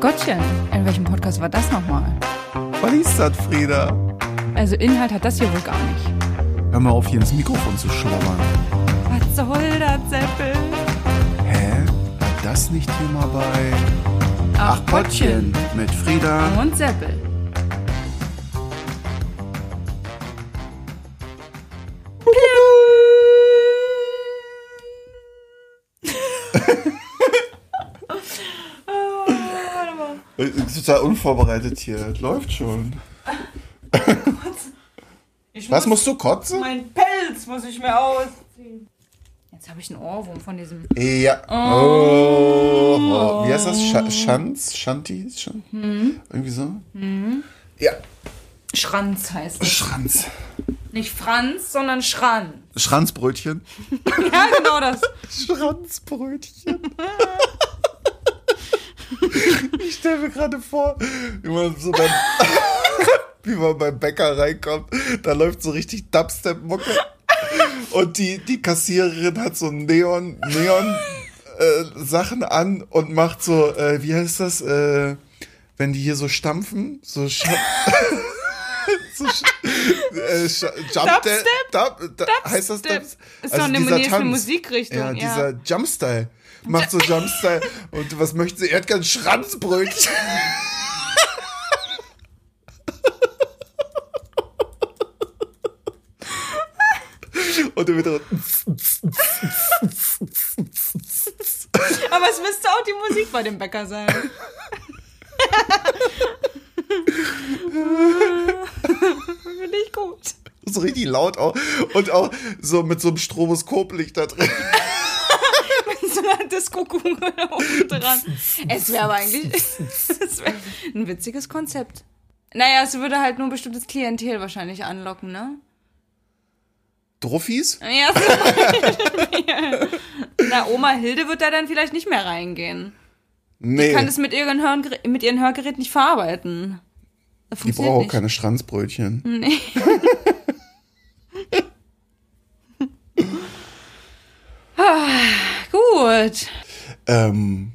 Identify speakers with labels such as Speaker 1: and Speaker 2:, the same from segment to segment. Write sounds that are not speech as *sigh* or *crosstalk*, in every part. Speaker 1: Gottchen, in welchem Podcast war das nochmal?
Speaker 2: Was ist das, Frieda?
Speaker 1: Also Inhalt hat das hier wohl gar nicht.
Speaker 2: Hör mal auf, hier ins Mikrofon zu schlabbern.
Speaker 1: Was soll das, Seppel?
Speaker 2: Hä? War das nicht hier mal bei... mit Frieda.
Speaker 1: Und Seppel.
Speaker 2: Äh, Ist total unvorbereitet hier. Läuft schon.
Speaker 3: Ich
Speaker 2: Was,
Speaker 3: muss
Speaker 2: musst du kotzen?
Speaker 3: mein Pelz muss ich mir aus.
Speaker 1: Jetzt habe ich einen Ohrwurm von diesem...
Speaker 2: Ja. Oh. Wie heißt das? Sch Schanz? Shanti? Schan
Speaker 3: Hm.
Speaker 2: Irgendwie so? Ja.
Speaker 1: Schranz heißt es.
Speaker 2: Schranz.
Speaker 1: Nicht Franz, sondern Schranz.
Speaker 2: Schranzbrötchen.
Speaker 1: Ja, genau das. *laughs*
Speaker 2: Schranzbrötchen. ich stelle mir gerade vor, wie man so beim, *laughs* wie man beim Bäcker reinkommt, da läuft so richtig Dubstep-Mucke. Und die, die Kassiererin hat so Neon, Neon äh, Sachen an und macht so, äh, wie heißt das, äh, wenn die hier so stampfen, so, Scha *laughs* so Sch äh, Sch Jump
Speaker 1: Dubstep?
Speaker 2: Dub, da, heißt das
Speaker 1: Dubstep?
Speaker 2: Dubs?
Speaker 1: Ist doch eine-
Speaker 2: dieser
Speaker 1: nee, ist eine
Speaker 2: Tanz.
Speaker 1: Musikrichtung, ja.
Speaker 2: Ja, dieser Jumpstyle. Macht so Jumpstyle. Und was möchte sie? Er hat ganz Schranzbrötchen. Und im Hintergrund.
Speaker 1: Aber es müsste auch die Musik bei dem Bäcker sein.
Speaker 3: *laughs*
Speaker 1: Finde ich gut.
Speaker 2: So richtig laut auch. Und auch so mit so einem Stroboskoplicht da drin.
Speaker 1: So *laughs* eine Disco-Kugel oben dran. Es wäre aber eigentlich
Speaker 2: *laughs*
Speaker 1: es wär ein witziges Konzept. Naja, es würde halt nur ein bestimmtes Klientel wahrscheinlich anlocken, ne?
Speaker 2: Druffis?
Speaker 1: Ja, *laughs* so Na, Oma Hilde wird da dann vielleicht nicht mehr reingehen.
Speaker 2: Nee.
Speaker 1: Kann es mit ihren, Hörger mit ihren Hörgeräten nicht verarbeiten. Das
Speaker 2: Die
Speaker 1: funktioniert
Speaker 2: brauchen auch
Speaker 1: nicht. Hm.
Speaker 2: keine Schranzbrötchen.
Speaker 1: Gut.
Speaker 2: Ähm,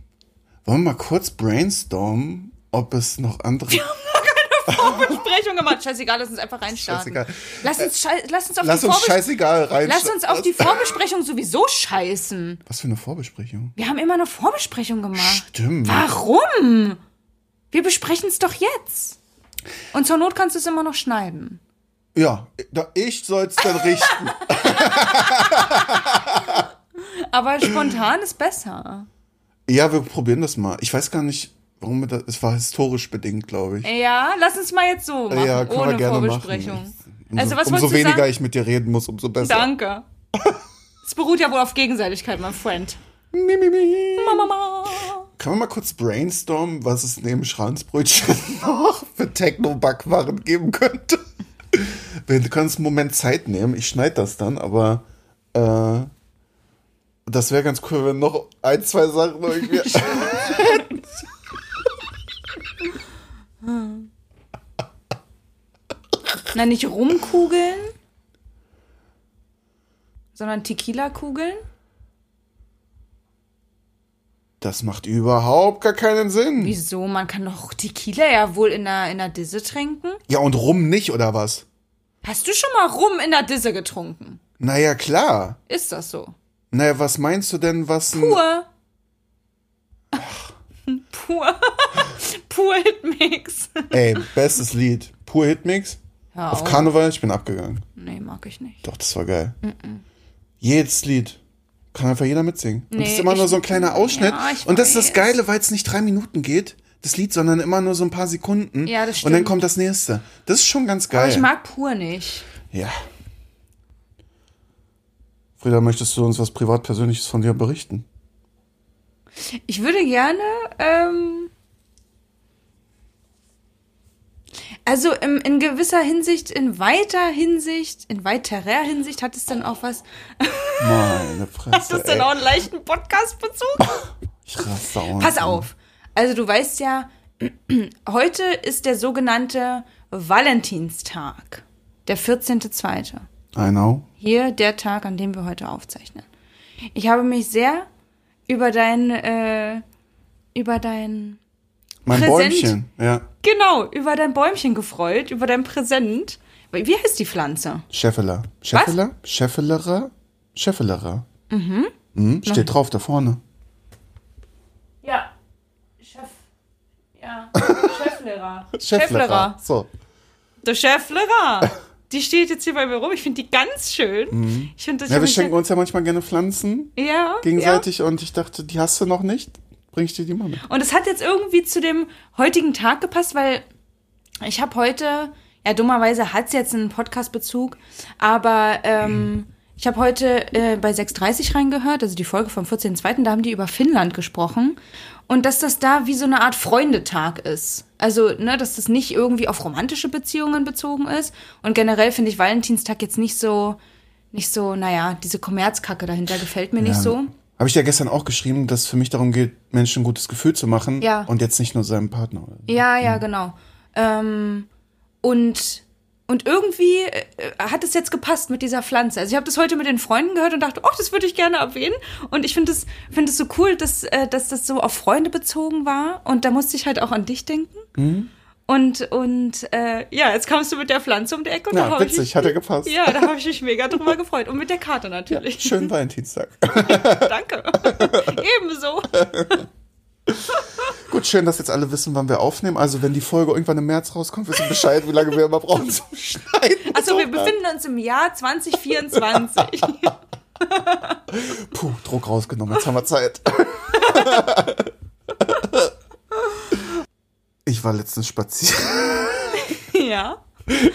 Speaker 2: wollen wir mal kurz brainstormen, ob es noch
Speaker 1: *laughs*
Speaker 2: andere.
Speaker 1: Besprechung gemacht. Scheißegal, lass uns einfach reinstarten.
Speaker 2: Scheißegal. Äh,
Speaker 1: Lass uns, schei lass uns auf
Speaker 2: Lass
Speaker 1: die
Speaker 2: uns
Speaker 1: Vorbes-
Speaker 2: scheißegal rein.
Speaker 1: Lass uns auf die Vorbesprechung sowieso scheißen.
Speaker 2: Was für eine Vorbesprechung?
Speaker 1: Wir haben immer eine Vorbesprechung gemacht.
Speaker 2: Stimmt.
Speaker 1: Warum? Wir besprechen es doch jetzt. Und zur Not kannst du es immer noch schneiden.
Speaker 2: Ja, da- ich soll's dann richten.
Speaker 1: Aber spontan ist besser.
Speaker 2: *laughs* ja, wir probieren das mal. Ich weiß gar nicht, warum wir das. Es war historisch bedingt, glaube ich.
Speaker 1: Ja, lass uns mal jetzt so machen.
Speaker 2: ja, können
Speaker 1: ohne
Speaker 2: wir gerne
Speaker 1: Vorbesprechung.
Speaker 2: machen. Umso,
Speaker 1: Also, was
Speaker 2: umso
Speaker 1: wolltest du
Speaker 2: weniger
Speaker 1: sagen?
Speaker 2: ich mit dir reden muss, umso besser.
Speaker 1: Danke. Es beruht ja wohl auf Gegenseitigkeit, mein Freund.
Speaker 2: Mi, mi, mi.
Speaker 1: Mama.
Speaker 2: Können wir mal kurz brainstormen, was es neben Schranzbrötchen *laughs* noch für Techno-Backwaren geben könnte? Wir können uns einen Moment Zeit nehmen. Ich schneide das dann, aber äh, das wäre ganz cool, wenn noch ein, zwei Sachen
Speaker 1: *laughs*
Speaker 2: irgendwie. *laughs*
Speaker 1: Na, nicht rumkugeln, sondern Tequila-Kugeln.
Speaker 2: das macht überhaupt gar keinen Sinn.
Speaker 1: Wieso? Man kann doch Tequila ja wohl in der, in der Disse trinken.
Speaker 2: Ja, und rum nicht, oder was?
Speaker 1: Hast du schon mal rum in der Disse getrunken?
Speaker 2: Naja, klar.
Speaker 1: Ist das so?
Speaker 2: Naja, was meinst du denn, was ein.
Speaker 1: Pur. Pur. *laughs* Pur Hitmix.
Speaker 2: Ey, bestes Lied. Pur Hitmix.
Speaker 1: Hör
Speaker 2: Auf
Speaker 1: auf.
Speaker 2: Karneval, ich bin abgegangen.
Speaker 1: Nee, mag ich nicht.
Speaker 2: Doch, das war geil. Jedes Lied kann einfach jeder mitsingen. und es ist
Speaker 1: Nee,
Speaker 2: immer
Speaker 1: ich-
Speaker 2: nur so ein kleiner Ausschnitt.
Speaker 1: Ja, ich
Speaker 2: und das ist das
Speaker 1: weiß.
Speaker 2: Geile, weil es nicht drei Minuten geht, das Lied, sondern immer nur so ein paar Sekunden.
Speaker 1: Ja, das
Speaker 2: Und dann
Speaker 1: stimmt.
Speaker 2: kommt das nächste. Das ist schon ganz
Speaker 1: Aber
Speaker 2: geil.
Speaker 1: ich mag pur nicht.
Speaker 2: ja. Frieda, möchtest du uns was privat-persönliches von dir berichten?
Speaker 1: Ich würde gerne, ähm, also im, in gewisser Hinsicht, in weiter Hinsicht, in weiterer Hinsicht hat es dann auch was.
Speaker 2: Meine Fresse.
Speaker 1: Hast du es dann
Speaker 2: ey.
Speaker 1: auch einen leichten Podcast-Bezug?
Speaker 2: Ich raste
Speaker 1: *laughs*
Speaker 2: aus.
Speaker 1: Pass auf. Also du weißt ja, *clears throat* heute ist der sogenannte Valentinstag, der 14.2.
Speaker 2: I know.
Speaker 1: Hier der Tag, an dem wir heute aufzeichnen. Ich habe mich sehr über dein, äh, über dein
Speaker 2: Mein
Speaker 1: Präsent.
Speaker 2: Bäumchen, ja.
Speaker 1: Genau, über dein Bäumchen gefreut, über dein Präsent. Wie heißt die Pflanze?
Speaker 2: Scheffeler. Scheffeler? Scheffelerer? Scheffelerer. Mhm. Steht drauf, da vorne.
Speaker 3: Ja. Chef.
Speaker 2: *laughs*
Speaker 3: Ja. Cheflehrer.
Speaker 1: Schefflerer.
Speaker 2: So.
Speaker 1: Der Schäfflerer. Die steht jetzt hier bei mir rum. Ich finde die ganz schön. Ich finde das
Speaker 2: Ja, wir
Speaker 1: irgendwie-
Speaker 2: schenken uns ja manchmal gerne Pflanzen
Speaker 1: ja,
Speaker 2: gegenseitig und ich dachte, die hast du noch nicht. Bring ich dir die mal mit.
Speaker 1: Ja. Und es hat jetzt irgendwie zu dem heutigen Tag gepasst, weil ich habe heute, ja dummerweise hat es jetzt einen Podcast-Bezug, aber ähm, ich habe heute äh, bei 6.30 reingehört, also die Folge vom 14.02., da haben die über Finnland gesprochen und dass das da wie so eine Art Freundetag ist. Also, ne, dass das nicht irgendwie auf romantische Beziehungen bezogen ist und generell finde ich Valentinstag jetzt nicht so, nicht so, naja, diese Kommerzkacke dahinter gefällt mir nicht so.
Speaker 2: Habe ich ja gestern auch geschrieben, dass es für mich darum geht, Menschen ein gutes Gefühl zu machen
Speaker 1: Ja.
Speaker 2: und jetzt nicht nur seinem Partner.
Speaker 1: Ja, ja, genau. Ähm, und, und irgendwie äh, hat es jetzt gepasst mit dieser Pflanze. Also ich habe das heute mit den Freunden gehört und dachte, oh, das würde ich gerne erwähnen. Und ich finde es find es so cool, dass, äh, dass das so auf Freunde bezogen war. Und da musste ich halt auch an dich denken. Und, und äh, ja, jetzt kamst du mit der Pflanze um die Ecke und da
Speaker 2: Ja,
Speaker 1: habe ich,
Speaker 2: witzig,
Speaker 1: mich-
Speaker 2: hat er gepasst.
Speaker 1: ja, da hab ich mich mega drüber gefreut. Und mit der Karte natürlich.
Speaker 2: Schönen Valentinstag.
Speaker 1: *laughs* Danke. Ebenso.
Speaker 2: *laughs* Gut, schön, dass jetzt alle wissen, wann wir aufnehmen. Also, wenn die Folge irgendwann im März rauskommt, wissen wir Bescheid, wie lange wir immer brauchen *laughs* zum Schneiden.
Speaker 1: Also wir befinden uns im Jahr 2024.
Speaker 2: Puh, Druck rausgenommen, jetzt haben wir *laughs* Zeit. Ich war letztens spazieren.
Speaker 1: *laughs* ja.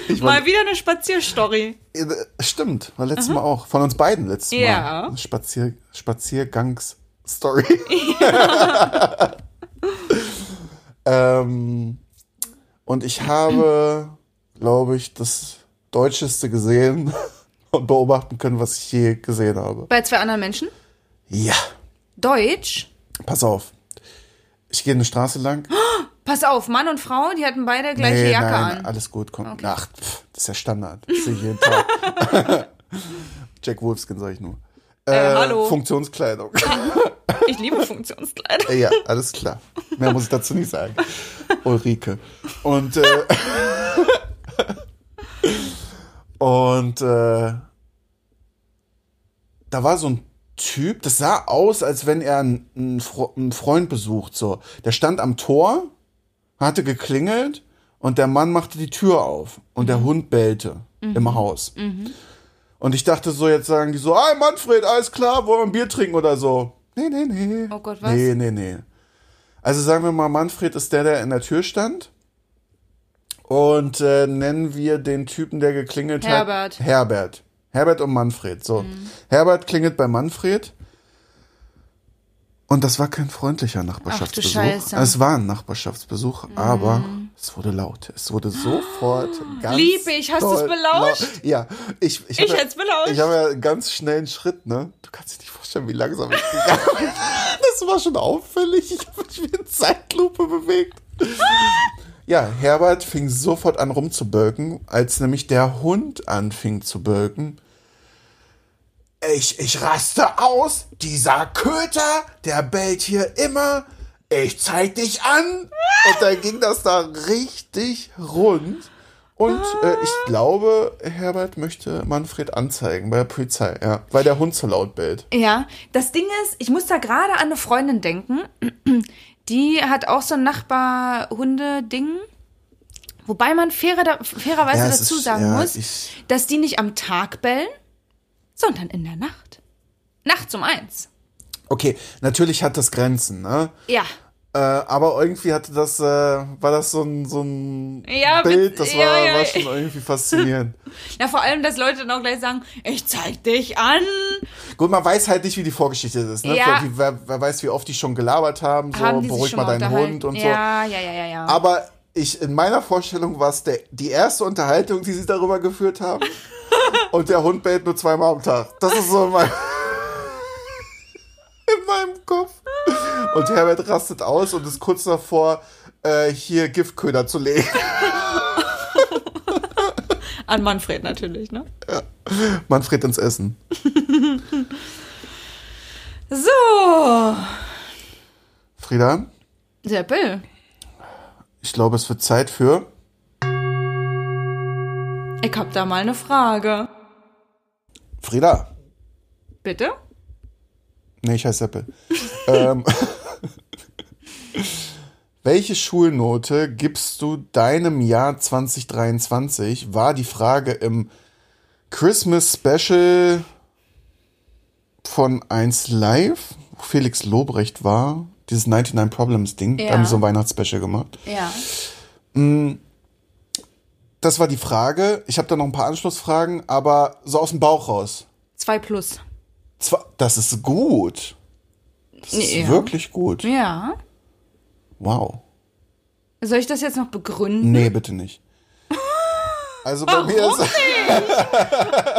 Speaker 2: Ich war,
Speaker 1: Mal wieder eine Spazierstory.
Speaker 2: Äh, stimmt, war letztes Mal auch. Von uns beiden letztes Mal.
Speaker 1: Ja.
Speaker 2: Eine Spazier, Spaziergangs-Story. *laughs* ähm, und ich habe, glaube ich, das Deutscheste gesehen *laughs* und beobachten können, was ich je gesehen habe.
Speaker 1: Bei zwei anderen Menschen?
Speaker 2: Ja,
Speaker 1: Deutsch.
Speaker 2: pass auf. Ich gehe eine Straße lang.
Speaker 1: Pass auf, Mann und Frau, die hatten beide gleiche
Speaker 2: Nee,
Speaker 1: Jacke
Speaker 2: nein,
Speaker 1: an.
Speaker 2: Alles gut, kommt. Ach, pff, das ist ja Standard. Das sehe ich jeden Tag.
Speaker 1: *laughs*
Speaker 2: Jack Wolfskin sage ich nur. Äh,
Speaker 1: hallo.
Speaker 2: Funktionskleidung. *laughs*
Speaker 1: Ich liebe Funktionskleider.
Speaker 2: ja, alles klar. Mehr muss ich dazu
Speaker 1: *laughs*
Speaker 2: nicht sagen. Ulrike. Und, äh, und äh, da war so ein Typ, das sah aus, als wenn er einen, einen Fro- einen Freund besucht. So, der stand am Tor, hatte geklingelt und der Mann machte die Tür auf und
Speaker 1: Mhm.
Speaker 2: der Hund bellte im Haus. Und ich dachte so, jetzt sagen die so, hey Manfred, alles klar, wollen wir ein Bier trinken oder so. Nee, nee, nee.
Speaker 1: Oh Gott, was?
Speaker 2: Nee, nee, nee. Also sagen wir mal, Manfred ist der, der in der Tür stand. Und äh, nennen wir den Typen, der geklingelt
Speaker 1: Herbert. Mhm.
Speaker 2: hat. Herbert. Herbert und Manfred. So. Herbert klingelt bei Manfred. Und das war kein freundlicher Nachbarschaftsbesuch.
Speaker 1: Scheiße. Mhm.
Speaker 2: es war ein Nachbarschaftsbesuch, aber es wurde laut. Es wurde sofort ganz.
Speaker 1: Ah. Lieb ich, hast du's
Speaker 2: doll
Speaker 1: belauscht?
Speaker 2: laut. *laughs* Ja, ich, ich,
Speaker 1: Ich
Speaker 2: hab ja-
Speaker 1: hätt's belauscht.
Speaker 2: Ich habe ja einen ganz schnellen Schritt, ne? Du kannst dir nicht vorstellen, wie langsam ich gegangen
Speaker 1: *laughs*
Speaker 2: bin. Das war schon auffällig. Ich habe mich wie eine Zeitlupe bewegt. Ja, Herbert fing sofort an rumzubölken, als nämlich der Hund anfing zu bölken. Ich, ich raste aus, dieser Köter, der bellt hier immer. Ich zeig dich an. Und dann ging das da richtig rund. Und äh, ich glaube, Herbert möchte Manfred anzeigen bei der Polizei, ja, weil der Hund so laut bellt.
Speaker 1: Ja, das Ding ist, ich muss da gerade an eine Freundin denken. *clears throat* Die hat auch so ein Nachbarhunde-Ding. Wobei man fairer, da- fairerweise
Speaker 2: Ja, es
Speaker 1: dazu
Speaker 2: ist-
Speaker 1: sagen
Speaker 2: ja,
Speaker 1: muss,
Speaker 2: ich-
Speaker 1: dass die nicht am Tag bellen, sondern in der Nacht. Nachts um eins.
Speaker 2: Okay, natürlich hat das Grenzen, ne?
Speaker 1: Ja.
Speaker 2: Äh, aber irgendwie hatte das, äh, war das so ein, so ein
Speaker 1: Ja,
Speaker 2: Bild,
Speaker 1: witz-
Speaker 2: das war,
Speaker 1: ja, ja,
Speaker 2: war
Speaker 1: ja.
Speaker 2: schon irgendwie faszinierend.
Speaker 1: Na, vor allem, dass Leute dann auch gleich sagen, ich zeig dich an.
Speaker 2: Gut, man weiß halt nicht, wie die Vorgeschichte ist. Ne?
Speaker 1: Ja.
Speaker 2: Wie, wer, wer weiß, wie oft die schon gelabert haben, so
Speaker 1: Haben die sich
Speaker 2: beruhig
Speaker 1: schon
Speaker 2: mal deinen
Speaker 1: unterhalten?
Speaker 2: Hund und so.
Speaker 1: Ja, ja, ja, ja, ja.
Speaker 2: Aber ich, in meiner Vorstellung war es der, die erste Unterhaltung, die sie darüber
Speaker 1: *laughs*
Speaker 2: geführt haben. und der Hund bellt nur zweimal am Tag. Das ist
Speaker 1: *laughs*
Speaker 2: so mein. in meinem Kopf. Und Herbert rastet aus und ist kurz davor, äh, hier Giftköder zu legen.
Speaker 1: An Manfred natürlich, ne?
Speaker 2: Manfred ins Essen.
Speaker 1: So,
Speaker 2: Frieda,
Speaker 1: Seppel,
Speaker 2: Ich glaube, es wird Zeit für.
Speaker 1: Ich hab da mal eine Frage.
Speaker 2: Frieda.
Speaker 1: Bitte?
Speaker 2: Nee, ich heiße Seppel. ähm, *laughs* welche Schulnote gibst du deinem Jahr 2023? War die Frage im Christmas Special von 1 Live, wo Felix Lobrecht war. Dieses 99 Problems Ding,
Speaker 1: Ja.
Speaker 2: da haben sie so ein Weihnachtsspecial gemacht.
Speaker 1: Ja.
Speaker 2: Das war die Frage. Ich habe da noch ein paar Anschlussfragen, aber so aus dem Bauch raus.
Speaker 1: Zwei plus.
Speaker 2: Zwar, das ist gut. Das ist
Speaker 1: Ja.
Speaker 2: wirklich gut.
Speaker 1: Ja.
Speaker 2: Wow.
Speaker 1: Soll ich das jetzt noch begründen?
Speaker 2: Nee, bitte nicht. Also bei mir ist.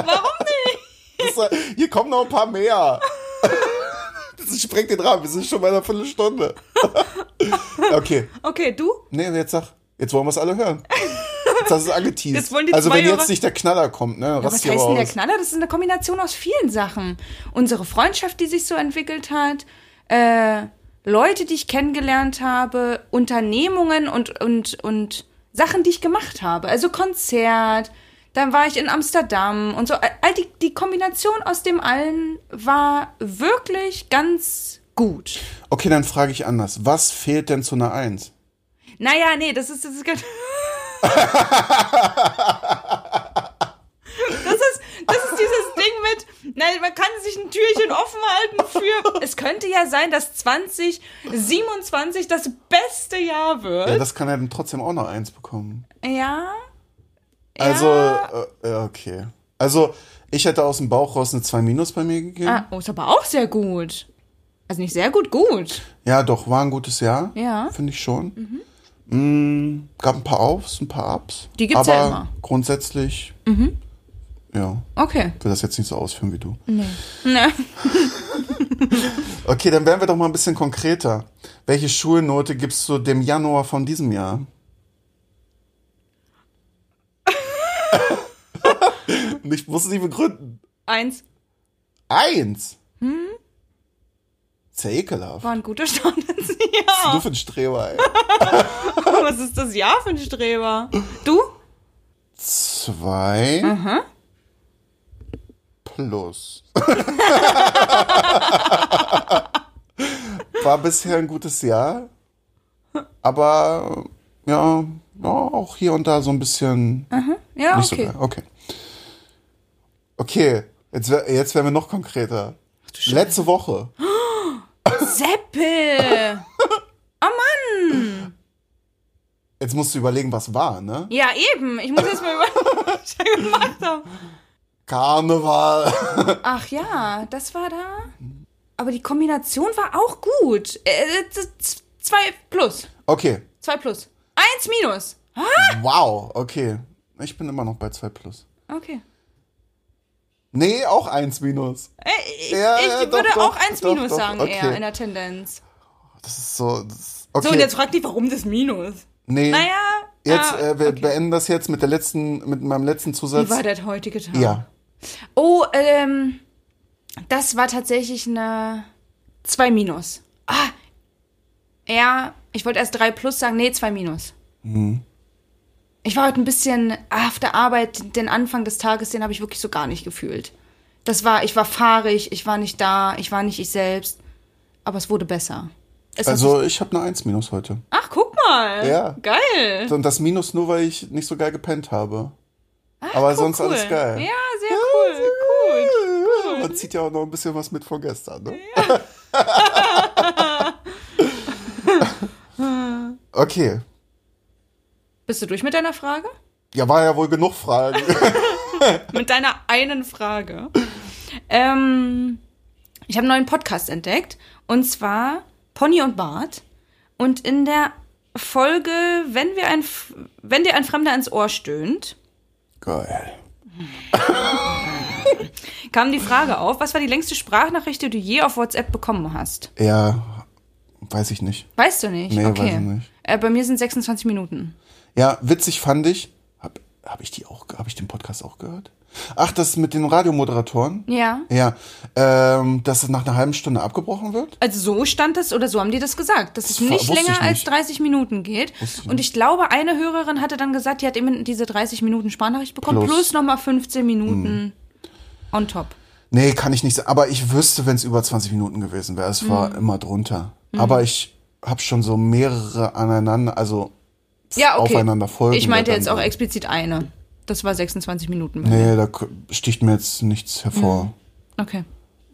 Speaker 1: Warum nicht?
Speaker 2: Das war- Hier kommen noch ein paar mehr. Das sprengt den Rahmen. Wir sind schon bei einer Viertelstunde. Okay.
Speaker 1: Okay, du?
Speaker 2: Nee, jetzt sag. Jetzt wollen wir es alle hören. Jetzt hast du es angeteased.
Speaker 1: Jetzt wollen die
Speaker 2: also,
Speaker 1: zwei
Speaker 2: wenn jetzt
Speaker 1: Hörer-
Speaker 2: nicht der Knaller kommt, ne?
Speaker 1: Was
Speaker 2: Rast hier
Speaker 1: heißt denn der
Speaker 2: raus.
Speaker 1: Knaller? Das ist eine Kombination aus vielen Sachen. Unsere Freundschaft, die sich so entwickelt hat, äh, Leute, die ich kennengelernt habe, Unternehmungen und, und, und Sachen, die ich gemacht habe. Also Konzert, dann war ich in Amsterdam und so. All die, die Kombination aus dem allen war wirklich ganz gut.
Speaker 2: Okay, dann frage ich anders. Was fehlt denn zu einer Eins?
Speaker 1: Naja, nee, das ist. Das ist, ganz- das ist, das ist dieses Ding mit. Nein, man kann sich ein Türchen offen halten für. Es könnte ja sein, dass 2027 das beste Jahr
Speaker 2: Ja,
Speaker 1: wird.
Speaker 2: das kann er dann trotzdem auch noch Eins bekommen.
Speaker 1: Ja.
Speaker 2: Also, äh, ja, okay. Also, ich hätte aus dem Bauch raus eine 2 Minus bei mir gegeben.
Speaker 1: Ah, oh, ist aber auch sehr gut. Also nicht sehr gut, gut.
Speaker 2: Ja, doch, war ein gutes Jahr.
Speaker 1: Ja. Mhm.
Speaker 2: Finde ich schon. Mm, gab ein paar Aufs, ein paar Ups.
Speaker 1: Die gibt's
Speaker 2: aber
Speaker 1: ja immer. Mhm.
Speaker 2: grundsätzlich, ja,
Speaker 1: Okay.
Speaker 2: ich will das jetzt nicht so ausführen wie du.
Speaker 1: Ne.
Speaker 2: *laughs* Okay, dann wären wir doch mal ein bisschen konkreter. Welche Schulnote gibst du dem Januar von diesem Jahr?
Speaker 1: *laughs*
Speaker 2: Und ich muss sie begründen.
Speaker 1: Eins
Speaker 2: Eins. Hm? Ist ja ekelhaft.
Speaker 1: war ein guter Start ins
Speaker 2: Was
Speaker 1: Jahr.
Speaker 2: Du für ein Streber, ey.
Speaker 1: Was ist das Jahr für ein Streber? Du?
Speaker 2: Zwei plus. *laughs* War bisher ein gutes Jahr, aber ja, ja auch hier und da so ein bisschen
Speaker 1: Ja,
Speaker 2: nicht
Speaker 1: okay.
Speaker 2: so geil. Okay, okay. Jetzt, wär- jetzt werden wir noch konkreter. Letzte Woche.
Speaker 1: Seppel! Oh
Speaker 2: Jetzt musst du überlegen, was war, ne?
Speaker 1: Ja, eben. Ich muss jetzt mal *laughs*
Speaker 2: *laughs*
Speaker 1: überlegen, was ich da gemacht habe.
Speaker 2: Karneval. *laughs*
Speaker 1: Ach ja, das war da. Aber die Kombination war auch gut. Äh, z- z- zwei plus.
Speaker 2: Okay,
Speaker 1: Zwei plus. Eins minus.
Speaker 2: wow, okay. Ich bin immer noch bei 2 plus.
Speaker 1: Okay.
Speaker 2: Nee, auch 1 minus.
Speaker 1: Äh, ich
Speaker 2: Ja,
Speaker 1: ich
Speaker 2: ja, doch,
Speaker 1: würde
Speaker 2: doch,
Speaker 1: auch eins
Speaker 2: doch,
Speaker 1: minus
Speaker 2: doch,
Speaker 1: sagen,
Speaker 2: okay.
Speaker 1: eher in der Tendenz.
Speaker 2: Das ist so. Das ist, okay.
Speaker 1: So, und jetzt fragt die, warum das Minus?
Speaker 2: nee,
Speaker 1: Naja.
Speaker 2: jetzt
Speaker 1: äh,
Speaker 2: äh, wir beenden das jetzt mit der letzten, mit meinem letzten Zusatz.
Speaker 1: wie war der heutige Tag?
Speaker 2: ja.
Speaker 1: Oh, ähm, das war tatsächlich eine 2 minus. Ah, ja, ich wollte erst 3 plus sagen, nee, 2 minus.
Speaker 2: Mhm.
Speaker 1: Ich war heute ein bisschen ah, auf der Arbeit, den Anfang des Tages, den habe ich wirklich so gar nicht gefühlt. Das war, ich war fahrig, ich war nicht da, ich war nicht ich selbst, aber es wurde besser. Es hat sich-
Speaker 2: Also ich habe eine 1 minus heute.
Speaker 1: ach, guck mal.
Speaker 2: Ja.
Speaker 1: Geil.
Speaker 2: Und das Minus nur, weil ich nicht so geil gepennt habe. Aber
Speaker 1: Guck,
Speaker 2: sonst
Speaker 1: cool.
Speaker 2: alles geil.
Speaker 1: Ja, sehr cool. Cool.
Speaker 2: Man zieht ja auch noch ein bisschen was mit von gestern, ne? *laughs* okay.
Speaker 1: Bist du durch mit deiner Frage?
Speaker 2: Ja, war ja wohl genug Fragen.
Speaker 1: mit deiner einen Frage. Ähm, ich habe einen neuen Podcast entdeckt und zwar Pony und Bart. Und in der Folge, wenn, wir ein, F- wenn dir ein Fremder ins Ohr stöhnt,
Speaker 2: geil.
Speaker 1: kam die Frage auf, was war die längste Sprachnachricht, die du je auf WhatsApp bekommen hast?
Speaker 2: Ja, weiß ich nicht.
Speaker 1: Weißt du nicht?
Speaker 2: Nee,
Speaker 1: okay.
Speaker 2: weiß ich nicht.
Speaker 1: Äh, bei mir sind 26 Minuten.
Speaker 2: Ja, witzig fand ich, hab, hab ich die auch, ge- hab ich den Podcast auch gehört? Ach, das mit den Radiomoderatoren?
Speaker 1: Ja.
Speaker 2: Ja. Ähm, dass es nach einer halben Stunde abgebrochen wird?
Speaker 1: Also so stand es oder so haben die das gesagt, dass es
Speaker 2: war-
Speaker 1: nicht
Speaker 2: wusste ich
Speaker 1: länger als
Speaker 2: nicht.
Speaker 1: 30 Minuten geht. Und ich glaube, eine Hörerin hatte dann gesagt, die hat eben diese 30 Minuten Sparnachricht bekommen,
Speaker 2: Plus. Hm.
Speaker 1: plus, nochmal 15 Minuten on top.
Speaker 2: Nee, kann ich nicht sagen. Aber ich wüsste, wenn es über 20 Minuten gewesen wäre. Es
Speaker 1: Mhm.
Speaker 2: war immer drunter. Aber ich habe schon so mehrere aneinander, also
Speaker 1: Ja, okay.
Speaker 2: aufeinander folgen.
Speaker 1: ich meinte
Speaker 2: wird
Speaker 1: jetzt
Speaker 2: dann-
Speaker 1: auch explizit eine. Das war 26 Minuten.
Speaker 2: Nee, da k- sticht mir jetzt nichts
Speaker 1: Mhm.
Speaker 2: hervor.
Speaker 1: Okay.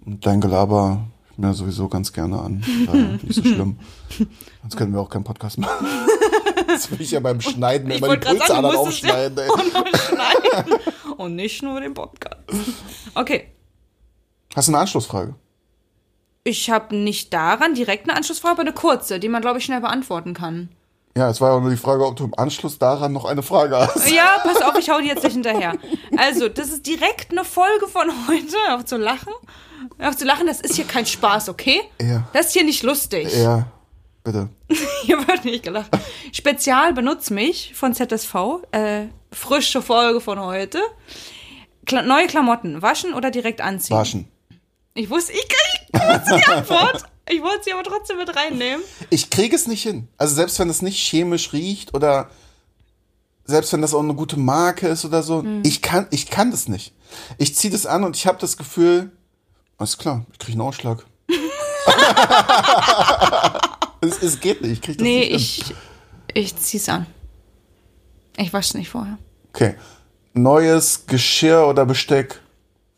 Speaker 2: Und Dein Gelaber hört mir sowieso ganz gerne
Speaker 1: *laughs*
Speaker 2: an. Daher Nicht so schlimm. Sonst können wir auch keinen
Speaker 1: *laughs*
Speaker 2: Podcast machen. Jetzt will ich ja beim Schneiden
Speaker 1: Ich
Speaker 2: immer die
Speaker 1: wollte gerade
Speaker 2: Pulse
Speaker 1: sagen,
Speaker 2: anderen
Speaker 1: du musstest ja *laughs*
Speaker 2: aufschneiden. Ey.
Speaker 1: Nein. Und nicht nur den Podcast. Okay.
Speaker 2: Hast du eine Anschlussfrage?
Speaker 1: Ich habe nicht daran direkt eine Anschlussfrage, aber eine kurze, die man, glaube ich, schnell beantworten kann.
Speaker 2: Ja, es war ja nur die Frage, ob du im Anschluss daran noch eine Frage hast.
Speaker 1: Ja, pass auf, ich hau die jetzt nicht hinterher. Also, das ist direkt eine Folge von heute. Auf zu lachen. Auf zu lachen, das ist hier kein Spaß, okay?
Speaker 2: Ja.
Speaker 1: Das ist hier nicht lustig.
Speaker 2: Ja, bitte.
Speaker 1: *laughs* Hier wird nicht gelacht. Spezial benutzt mich von ZSV. Äh, frische Folge von heute. Kla neue Klamotten. Waschen oder direkt anziehen?
Speaker 2: Waschen.
Speaker 1: Ich wusste, ich krieg ich wusste die Antwort. Ich wollte sie aber trotzdem mit reinnehmen.
Speaker 2: Ich kriege es nicht hin. Also selbst wenn es nicht chemisch riecht oder selbst wenn das auch eine gute Marke ist oder so,
Speaker 1: Hm.
Speaker 2: ich kann ich kann das nicht. Ich ziehe das an und ich habe das Gefühl, alles klar, ich kriege einen
Speaker 1: *laughs*
Speaker 2: Ausschlag. es, es geht nicht, ich kriege das
Speaker 1: Nee,
Speaker 2: nicht hin.
Speaker 1: ich, ich zieh's an. Ich wasch's nicht vorher.
Speaker 2: Okay. Neues Geschirr oder Besteck.